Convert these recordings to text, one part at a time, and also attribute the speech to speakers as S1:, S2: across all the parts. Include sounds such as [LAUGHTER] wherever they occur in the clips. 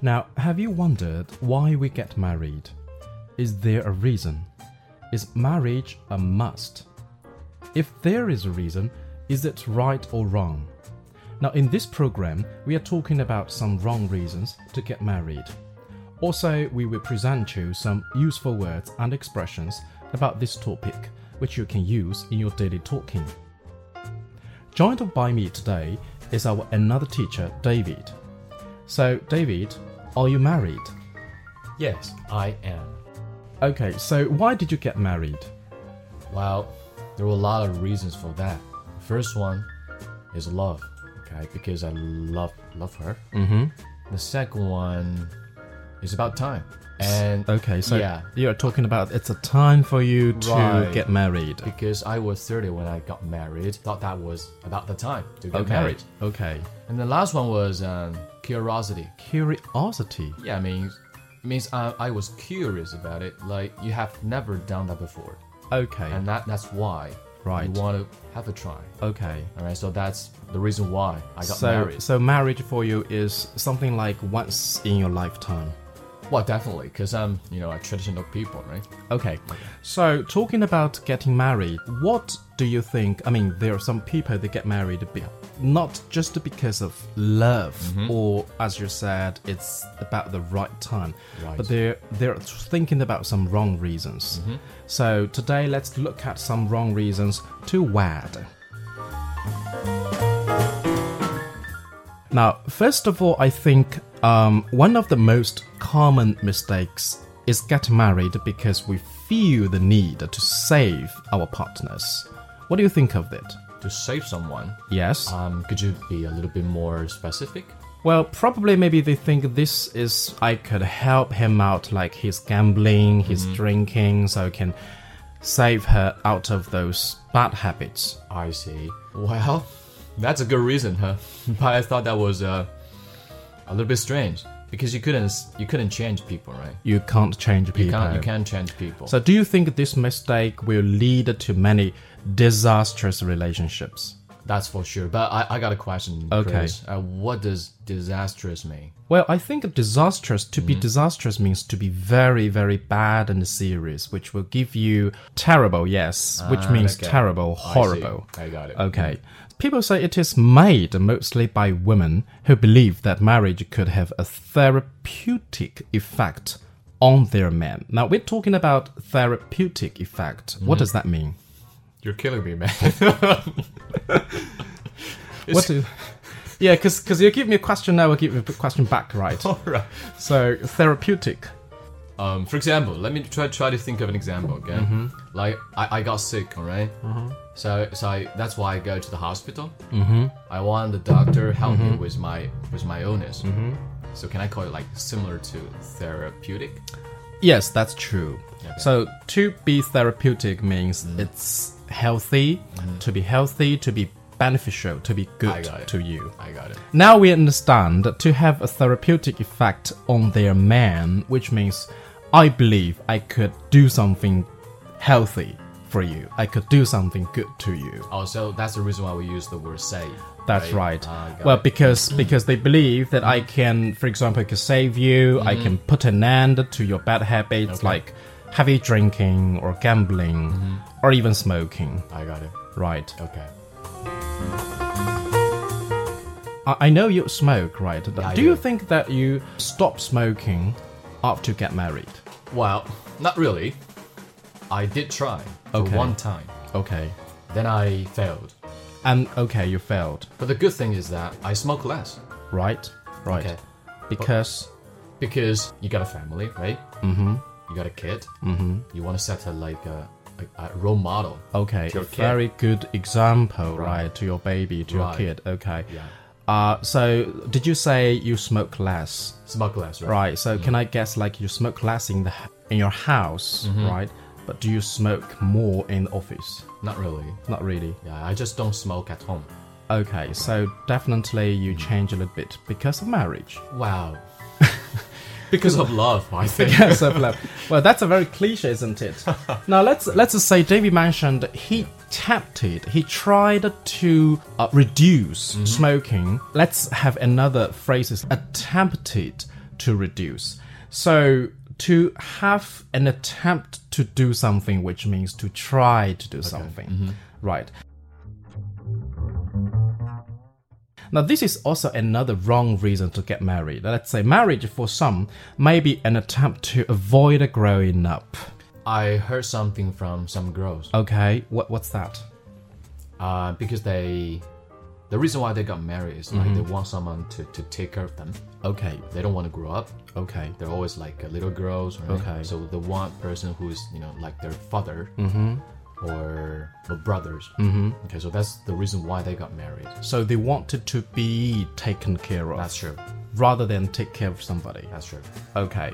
S1: Now, have you wondered why we get married? Is there a reason? Is marriage a must? If there is a reason, is it right or wrong? Now, in this program, we are talking about some wrong reasons to get married. Also, we will present you some useful words and expressions about this topic, which you can use in your daily talking. Joined up by me today is our another teacher, David. So, David, are you married?
S2: Yes, I am.
S1: Okay, so why did you get married?
S2: Well, there were a lot of reasons for that. First one is love, okay? Because I love love her.
S1: Mm-hmm.
S2: The second one is about time, and
S1: Okay, so
S2: yeah,
S1: you're talking about it's a time for you to
S2: Right.
S1: get married.
S2: because I was 30 when I got married, thought that was about the time to get
S1: Okay.
S2: married.
S1: Okay.
S2: And the last one was um, curiosity.
S1: Curiosity.
S2: Yeah, I mean, means I, I was curious about it. Like you have never done that before,
S1: Okay.
S2: and that that's why
S1: Right.
S2: you want to have a try.
S1: okay.
S2: All right, so that's the reason why I got
S1: so,
S2: married.
S1: so marriage for you is something like once in your lifetime.
S2: Well, definitely, because I'm, you know, a traditional people, right?
S1: Okay. So, talking about getting married, what do you think? I mean, there are some people that get married be- not just because of love, or as you said, it's about the right time,
S2: Right.
S1: but they're they're thinking about some wrong reasons. So today, let's look at some wrong reasons to wed. Now, first of all, I think um, one of the most common mistakes is getting married because we feel the need to save our partners. What do you think of that?
S2: To save someone,
S1: Yes.
S2: um, could you be a little bit more specific?
S1: Well, probably maybe they think this is I could help him out, like he's gambling, he's
S2: Mm-hmm.
S1: drinking, so I can save her out of those bad habits.
S2: I see. Well, [LAUGHS] that's a good reason, huh? [LAUGHS] but I thought that was uh, a little bit strange because you couldn't you couldn't change people, right?
S1: You can't change people.
S2: You can't you can't change people.
S1: So, do you think this mistake will lead to many disastrous relationships?
S2: that's for sure. But I, I got a question.
S1: Okay.
S2: Chris. Uh, what does disastrous mean?
S1: Well, I think disastrous, to
S2: Mm-hmm.
S1: be disastrous means to be very, very bad and serious, which will give you terrible, yes, which means
S2: Ah, okay.
S1: terrible,
S2: I see. Mm.
S1: horrible. Uh,
S2: I, got it.
S1: Okay. People say it is made mostly by women who believe that marriage could have a therapeutic effect on their men. Now, we're talking about therapeutic effect.
S2: Mm-hmm.
S1: What does that mean?
S2: You're killing me, man. [LAUGHS]
S1: What do, [LAUGHS] yeah, because you give me a question now, I'll give you a question back,
S2: [LAUGHS]
S1: right?
S2: All right.
S1: So, therapeutic.
S2: Um, for example, let me try try to think of an example. Okay,
S1: Mm-hmm.
S2: like I, I got sick. All right? so so I, that's why I go to the hospital. Mm-hmm. I want the doctor help
S1: Mm-hmm.
S2: me with my with my illness. Mm-hmm. So can I call it like similar to therapeutic?
S1: Yes, that's true. So to be therapeutic means
S2: Mm-hmm.
S1: it's healthy, to be healthy, to be beneficial, to be good
S2: got it.
S1: to you.
S2: Mm-hmm. I got it.
S1: Now we understand that to have a therapeutic effect on their man, which means I believe I could do something healthy for you. I could do something good to you.
S2: Also, Oh, that's the reason why we use the word save.
S1: That's right.
S2: Ah, got
S1: well,
S2: it.
S1: because because they believe that I can, for example, I can save you. I
S2: Mm-hmm.
S1: can put an end to your bad habits like heavy drinking or gambling
S2: Mm-hmm.
S1: or even smoking.
S2: I got it.
S1: Right.
S2: Okay.
S1: I, I know you smoke, right?
S2: I
S1: do you
S2: do.
S1: think that you stop smoking after you get married?
S2: Well, not really. I did try for
S1: Okay.
S2: one time.
S1: Okay.
S2: Then I failed.
S1: And okay, you failed.
S2: But the good thing is that I smoke less.
S1: Right. Right.
S2: Okay.
S1: Because
S2: because you got a family, right? Mm-hmm. You got a kid. Mm-hmm. You want to set a like a, a, a role model.
S1: okay,
S2: To your
S1: a
S2: kid.
S1: very good example, right.
S2: Right.
S1: to your baby, to your
S2: Right.
S1: kid. Okay.
S2: Yeah,
S1: Uh, so did you say you smoke less?
S2: smoke less, right?
S1: Right. So can I guess like you smoke less in the in your house, right? But do you smoke more in the office?
S2: Not really.
S1: Not really.
S2: Yeah, I just don't smoke at home.
S1: Okay. So definitely you change a little bit because of marriage.
S2: Wow. [LAUGHS] because of love, I think.
S1: [LAUGHS] Yes, of love. Well, that's a very cliche, isn't it? now let's let's just say Davey mentioned he tempted, he tried to uh, reduce smoking. Let's have another phrase: is attempted to reduce. So to have an attempt to do something, which means to try to do something, right? Now, this is also another wrong reason to get married. Let's say marriage for some may be an attempt to avoid growing up.
S2: I heard something from some girls
S1: Okay, what, what's that?
S2: uh, because they, the reason why they got married is like they want someone to, to take care of them.
S1: Okay,
S2: They don't want to grow up.
S1: okay,
S2: They're always like uh, little girls. Right?
S1: Okay.
S2: So the one person who is you know like their father
S1: Mm-hmm.
S2: or, or brothers. Okay, so that's the reason why they got married.
S1: So they wanted to be taken care of
S2: That's true.
S1: rather than take care of somebody.
S2: That's true.
S1: Okay.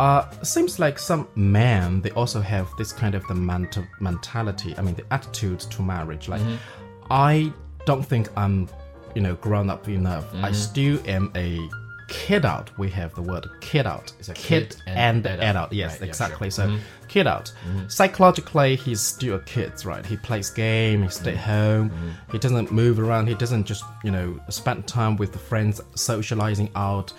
S1: Uh, seems like some men they also have this kind of the mental mentality. I mean, the attitude to marriage. Like,
S2: Mm-hmm.
S1: I don't think I'm, you know, grown up enough.
S2: Mm-hmm.
S1: I still am a kid out. We have the word kid out. It's
S2: a kid
S1: and,
S2: and
S1: adult.
S2: adult.
S1: Yes,
S2: Right, yeah,
S1: exactly. So, kid out. Psychologically, he's still a kid, right? He plays game. He stay home. He doesn't move around. He doesn't just, you know, spend time with the friends, socializing out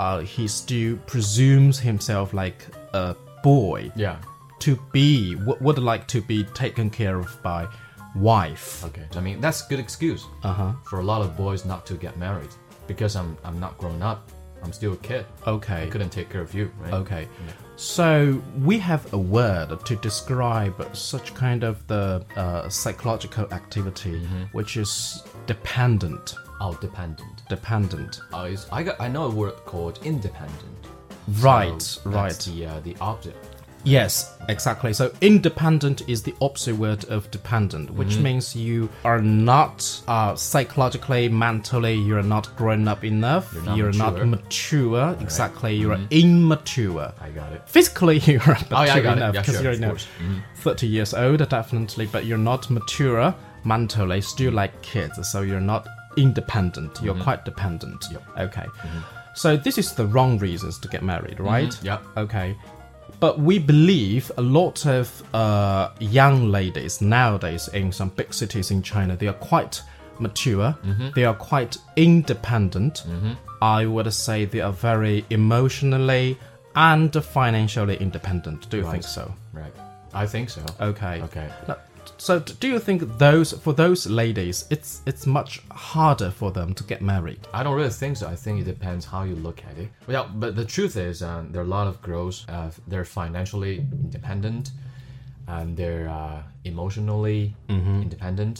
S1: uh, he still presumes himself like a boy
S2: Yeah.
S1: to be would, would like to be taken care of by wife
S2: Okay. I mean that's good excuse
S1: Uh-huh.
S2: for a lot of boys not to get married because I'm I'm not grown up. I'm still a kid. I
S1: okay
S2: couldn't take care of you, right?
S1: okay so we have a word to describe such kind of the uh, psychological activity
S2: Mm-hmm.
S1: which is dependent
S2: Oh, dependent.
S1: dependent
S2: Oh, it's, I got I know a word called independent.
S1: right
S2: So
S1: right
S2: That's the uh, the opposite.
S1: Yes, exactly. So independent is the opposite word of dependent, which
S2: Mm-hmm.
S1: means you are not uh, psychologically, mentally, you're not grown up enough. You're
S2: not
S1: mature.
S2: mature.
S1: exactly. You're immature.
S2: I got it.
S1: Physically, [LAUGHS] you're mature
S2: Oh, yeah, I got it.
S1: enough
S2: Yeah,
S1: because
S2: sure,
S1: you're
S2: of
S1: you know,
S2: course. Mm-hmm.
S1: 30 years old, definitely, but you're not mature mentally, still like kids. So you're not independent. You're quite dependent.
S2: Mm-hmm. Yep. Mm-hmm.
S1: Okay. So this is the wrong reasons to get married, right?
S2: Yep.
S1: Okay. But we believe a lot of uh, young ladies nowadays in some big cities in China, they are quite mature,
S2: Mm-hmm.
S1: they are quite independent. I would say they are very emotionally and financially independent. Do you think so?
S2: Right. I think so.
S1: Okay.
S2: Okay.
S1: Now, so d- do you think those for those ladies, it's it's much harder for them to get married?
S2: I don't really think so. I think it depends how you look at it. Well, yeah, but the truth is, um, there are a lot of girls. Uh, they're financially independent, and they're uh, emotionally
S1: Mm-hmm.
S2: independent.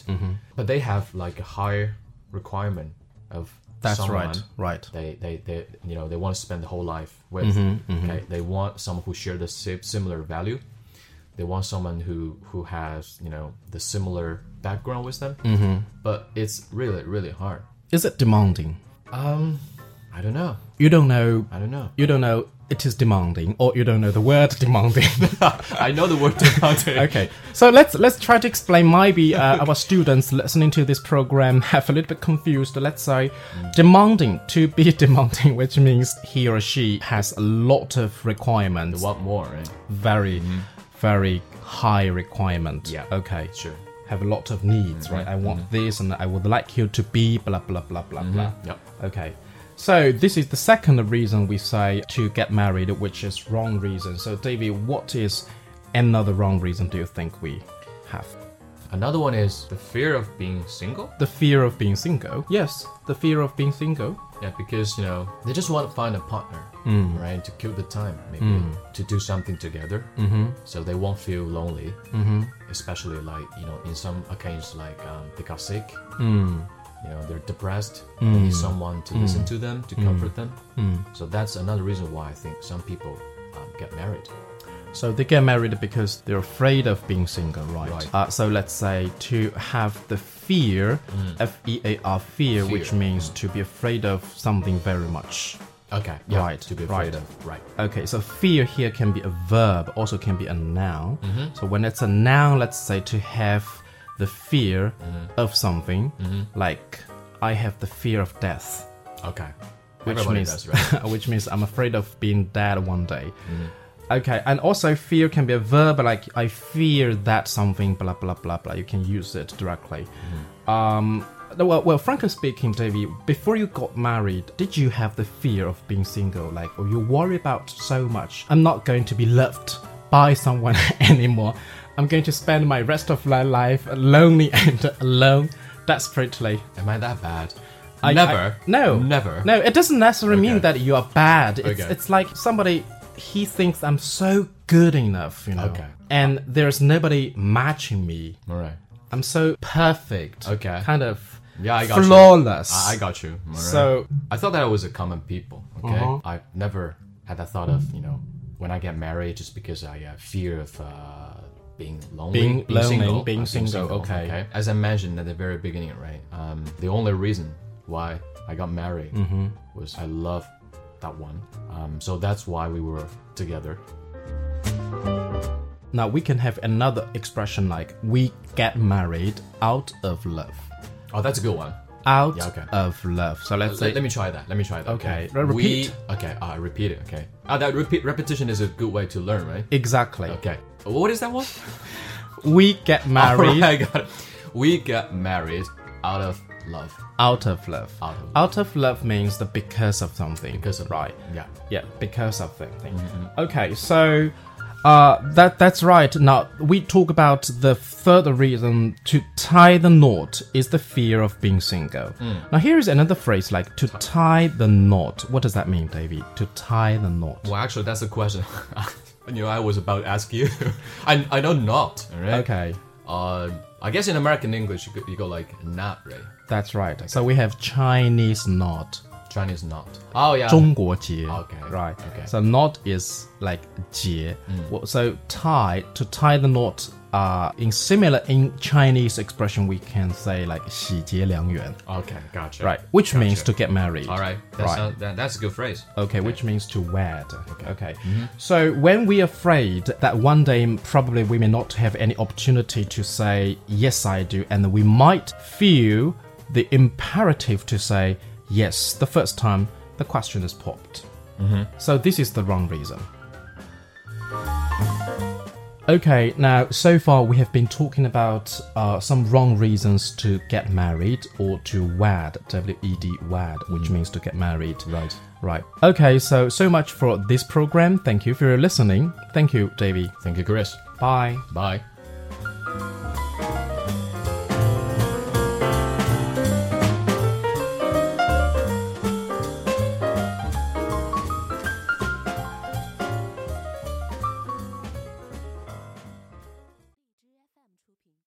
S2: But they have like a higher requirement of
S1: That's
S2: someone
S1: right. Right.
S2: They, they, they, you know, they want to spend the whole life with. Okay, they want someone who share the si- similar value. They want someone who who has you know the similar background with them. But it's really really hard.
S1: Is it demanding?
S2: Um, I don't know.
S1: You don't know
S2: I don't know.
S1: you don't know it is demanding or you don't know the word [LAUGHS] demanding
S2: [LAUGHS] I know the [LAUGHS] word demanding.
S1: okay so let's let's try to explain maybe
S2: [LAUGHS]
S1: uh, our students listening to this program have a little bit confused let's say demanding to be [LAUGHS] demanding which means he or she has a lot of requirements
S2: What more, right?
S1: very very high requirement
S2: Yeah.
S1: okay
S2: Sure.
S1: have a lot of needs right i want this and i would like you to be blah blah blah blah blah
S2: Yep.
S1: Okay. So this is the second reason we say to get married, which is wrong reason. So Davy, what is another wrong reason do you think we have?
S2: Another one is the fear of being single.
S1: The fear of being single. Yes, the fear of being single.
S2: Yeah, because you know they just want to find a partner,
S1: Mm.
S2: right? To kill the time, maybe to do something together, mm-hmm. so they won't feel lonely. Mm-hmm. Especially like you know, in some occasions, like um, they got sick.
S1: mm.
S2: You know, they're depressed. They need someone to listen to them,
S1: Mm.
S2: to comfort them. So that's another reason why I think some people um, get married.
S1: So they get married because they're afraid of being single, right?
S2: Right.
S1: Uh, so let's say to have the fear, F E A R fear, which
S2: Mm. Fear. Mm.
S1: means to be afraid of something very much.
S2: Okay, yeah,
S1: Right,
S2: To be
S1: right.
S2: afraid of, right?
S1: Okay, so fear here can be a verb, also can be a noun.
S2: Mm-hmm.
S1: So when it's a noun, let's say to have the fear
S2: Mm-hmm.
S1: of something, like I have the fear of death,
S2: Okay.
S1: which
S2: Everybody
S1: means
S2: does,
S1: [LAUGHS]
S2: right? Mm-hmm.
S1: which means I'm afraid of being dead one day. Okay, and also fear can be a verb, like I fear that something, blah blah blah blah. You can use it directly. Um, No, Well, well, frankly speaking, Davy, before you got married, did you have the fear of being single? Like, or you worry about so much? I'm not going to be loved by someone [LAUGHS] anymore. I'm going to spend my rest of my life lonely and [LAUGHS] alone, desperately.
S2: Am I that bad?
S1: I- I-
S2: never.
S1: no.
S2: Never.
S1: No, it doesn't necessarily mean
S2: Okay.
S1: that you are bad. It's,
S2: Okay.
S1: it's like somebody he thinks I'm so good enough, you know.
S2: Okay.
S1: And there's nobody matching me.
S2: All right.
S1: I'm so perfect.
S2: Okay.
S1: Kind of
S2: Yeah, I got you.
S1: flawless.
S2: I, I got you. All right.
S1: So
S2: I thought that I was a common people. Okay,
S1: Uh-huh.
S2: I've never had that thought of you know when I get married just because I uh, fear of uh, being lonely,
S1: Being lonely,
S2: single,
S1: being
S2: uh,
S1: single, okay.
S2: Okay. as I mentioned at the very beginning, right? Um, the only reason why I got married
S1: Mm-hmm.
S2: was I love that one. Um, so that's why we were together.
S1: now we can have another expression like we get married out of love.
S2: Oh, that's a good one.
S1: Out
S2: Yeah, okay.
S1: of love. So let's say
S2: [LAUGHS] Let, let me try that. Let me try that.
S1: Okay. Re-
S2: We
S1: repeat.
S2: okay. I repeat it. Okay. Ah, that repeat repetition is a good way to learn, right?
S1: exactly.
S2: Okay. What is that one?
S1: We get married
S2: I [LAUGHS] got it. We get married out of love.
S1: out of love.
S2: Out of
S1: Out of love means the because of something.
S2: Because of-
S1: right.
S2: yeah.
S1: Yeah, because of that thing. Okay, so uh, that that's right. Now we talk about the further reason to tie the knot is the fear of being single. Now here is another phrase like to tie the knot. What does that mean, David? To tie the knot.
S2: Well, actually, that's the question. [LAUGHS] I knew I was about to ask you. [LAUGHS] I, I know not. All right.
S1: Okay,
S2: Uh, I guess in American English you go, you go like not right.
S1: that's right. So we have Chinese knot,
S2: Chinese not. Oh yeah.
S1: 中国结.
S2: Okay,
S1: Right.
S2: okay.
S1: So knot is like 结. Well, so tie to tie the knot. Uh, in similar in Chinese expression, we can say like 喜结良缘.
S2: Okay. Gotcha.
S1: Right, which means to get married.
S2: All right. That
S1: Right.
S2: sound- that, that's a good phrase.
S1: Okay, which means to wed. Okay.
S2: Mm-hmm。
S1: So when we're afraid that one day probably we may not have any opportunity to say, yes, I do, and we might feel the imperative to say, yes, the first time the question is popped. So this is the wrong reason. Okay, now so far we have been talking about uh, some wrong reasons to get married or to wed, W-E-D, wed, which means to get married.
S2: Right.
S1: Right. Okay, so so much for this program. Thank you for listening. Thank you, Davey.
S2: Thank you, Chris.
S1: Bye.
S2: Bye.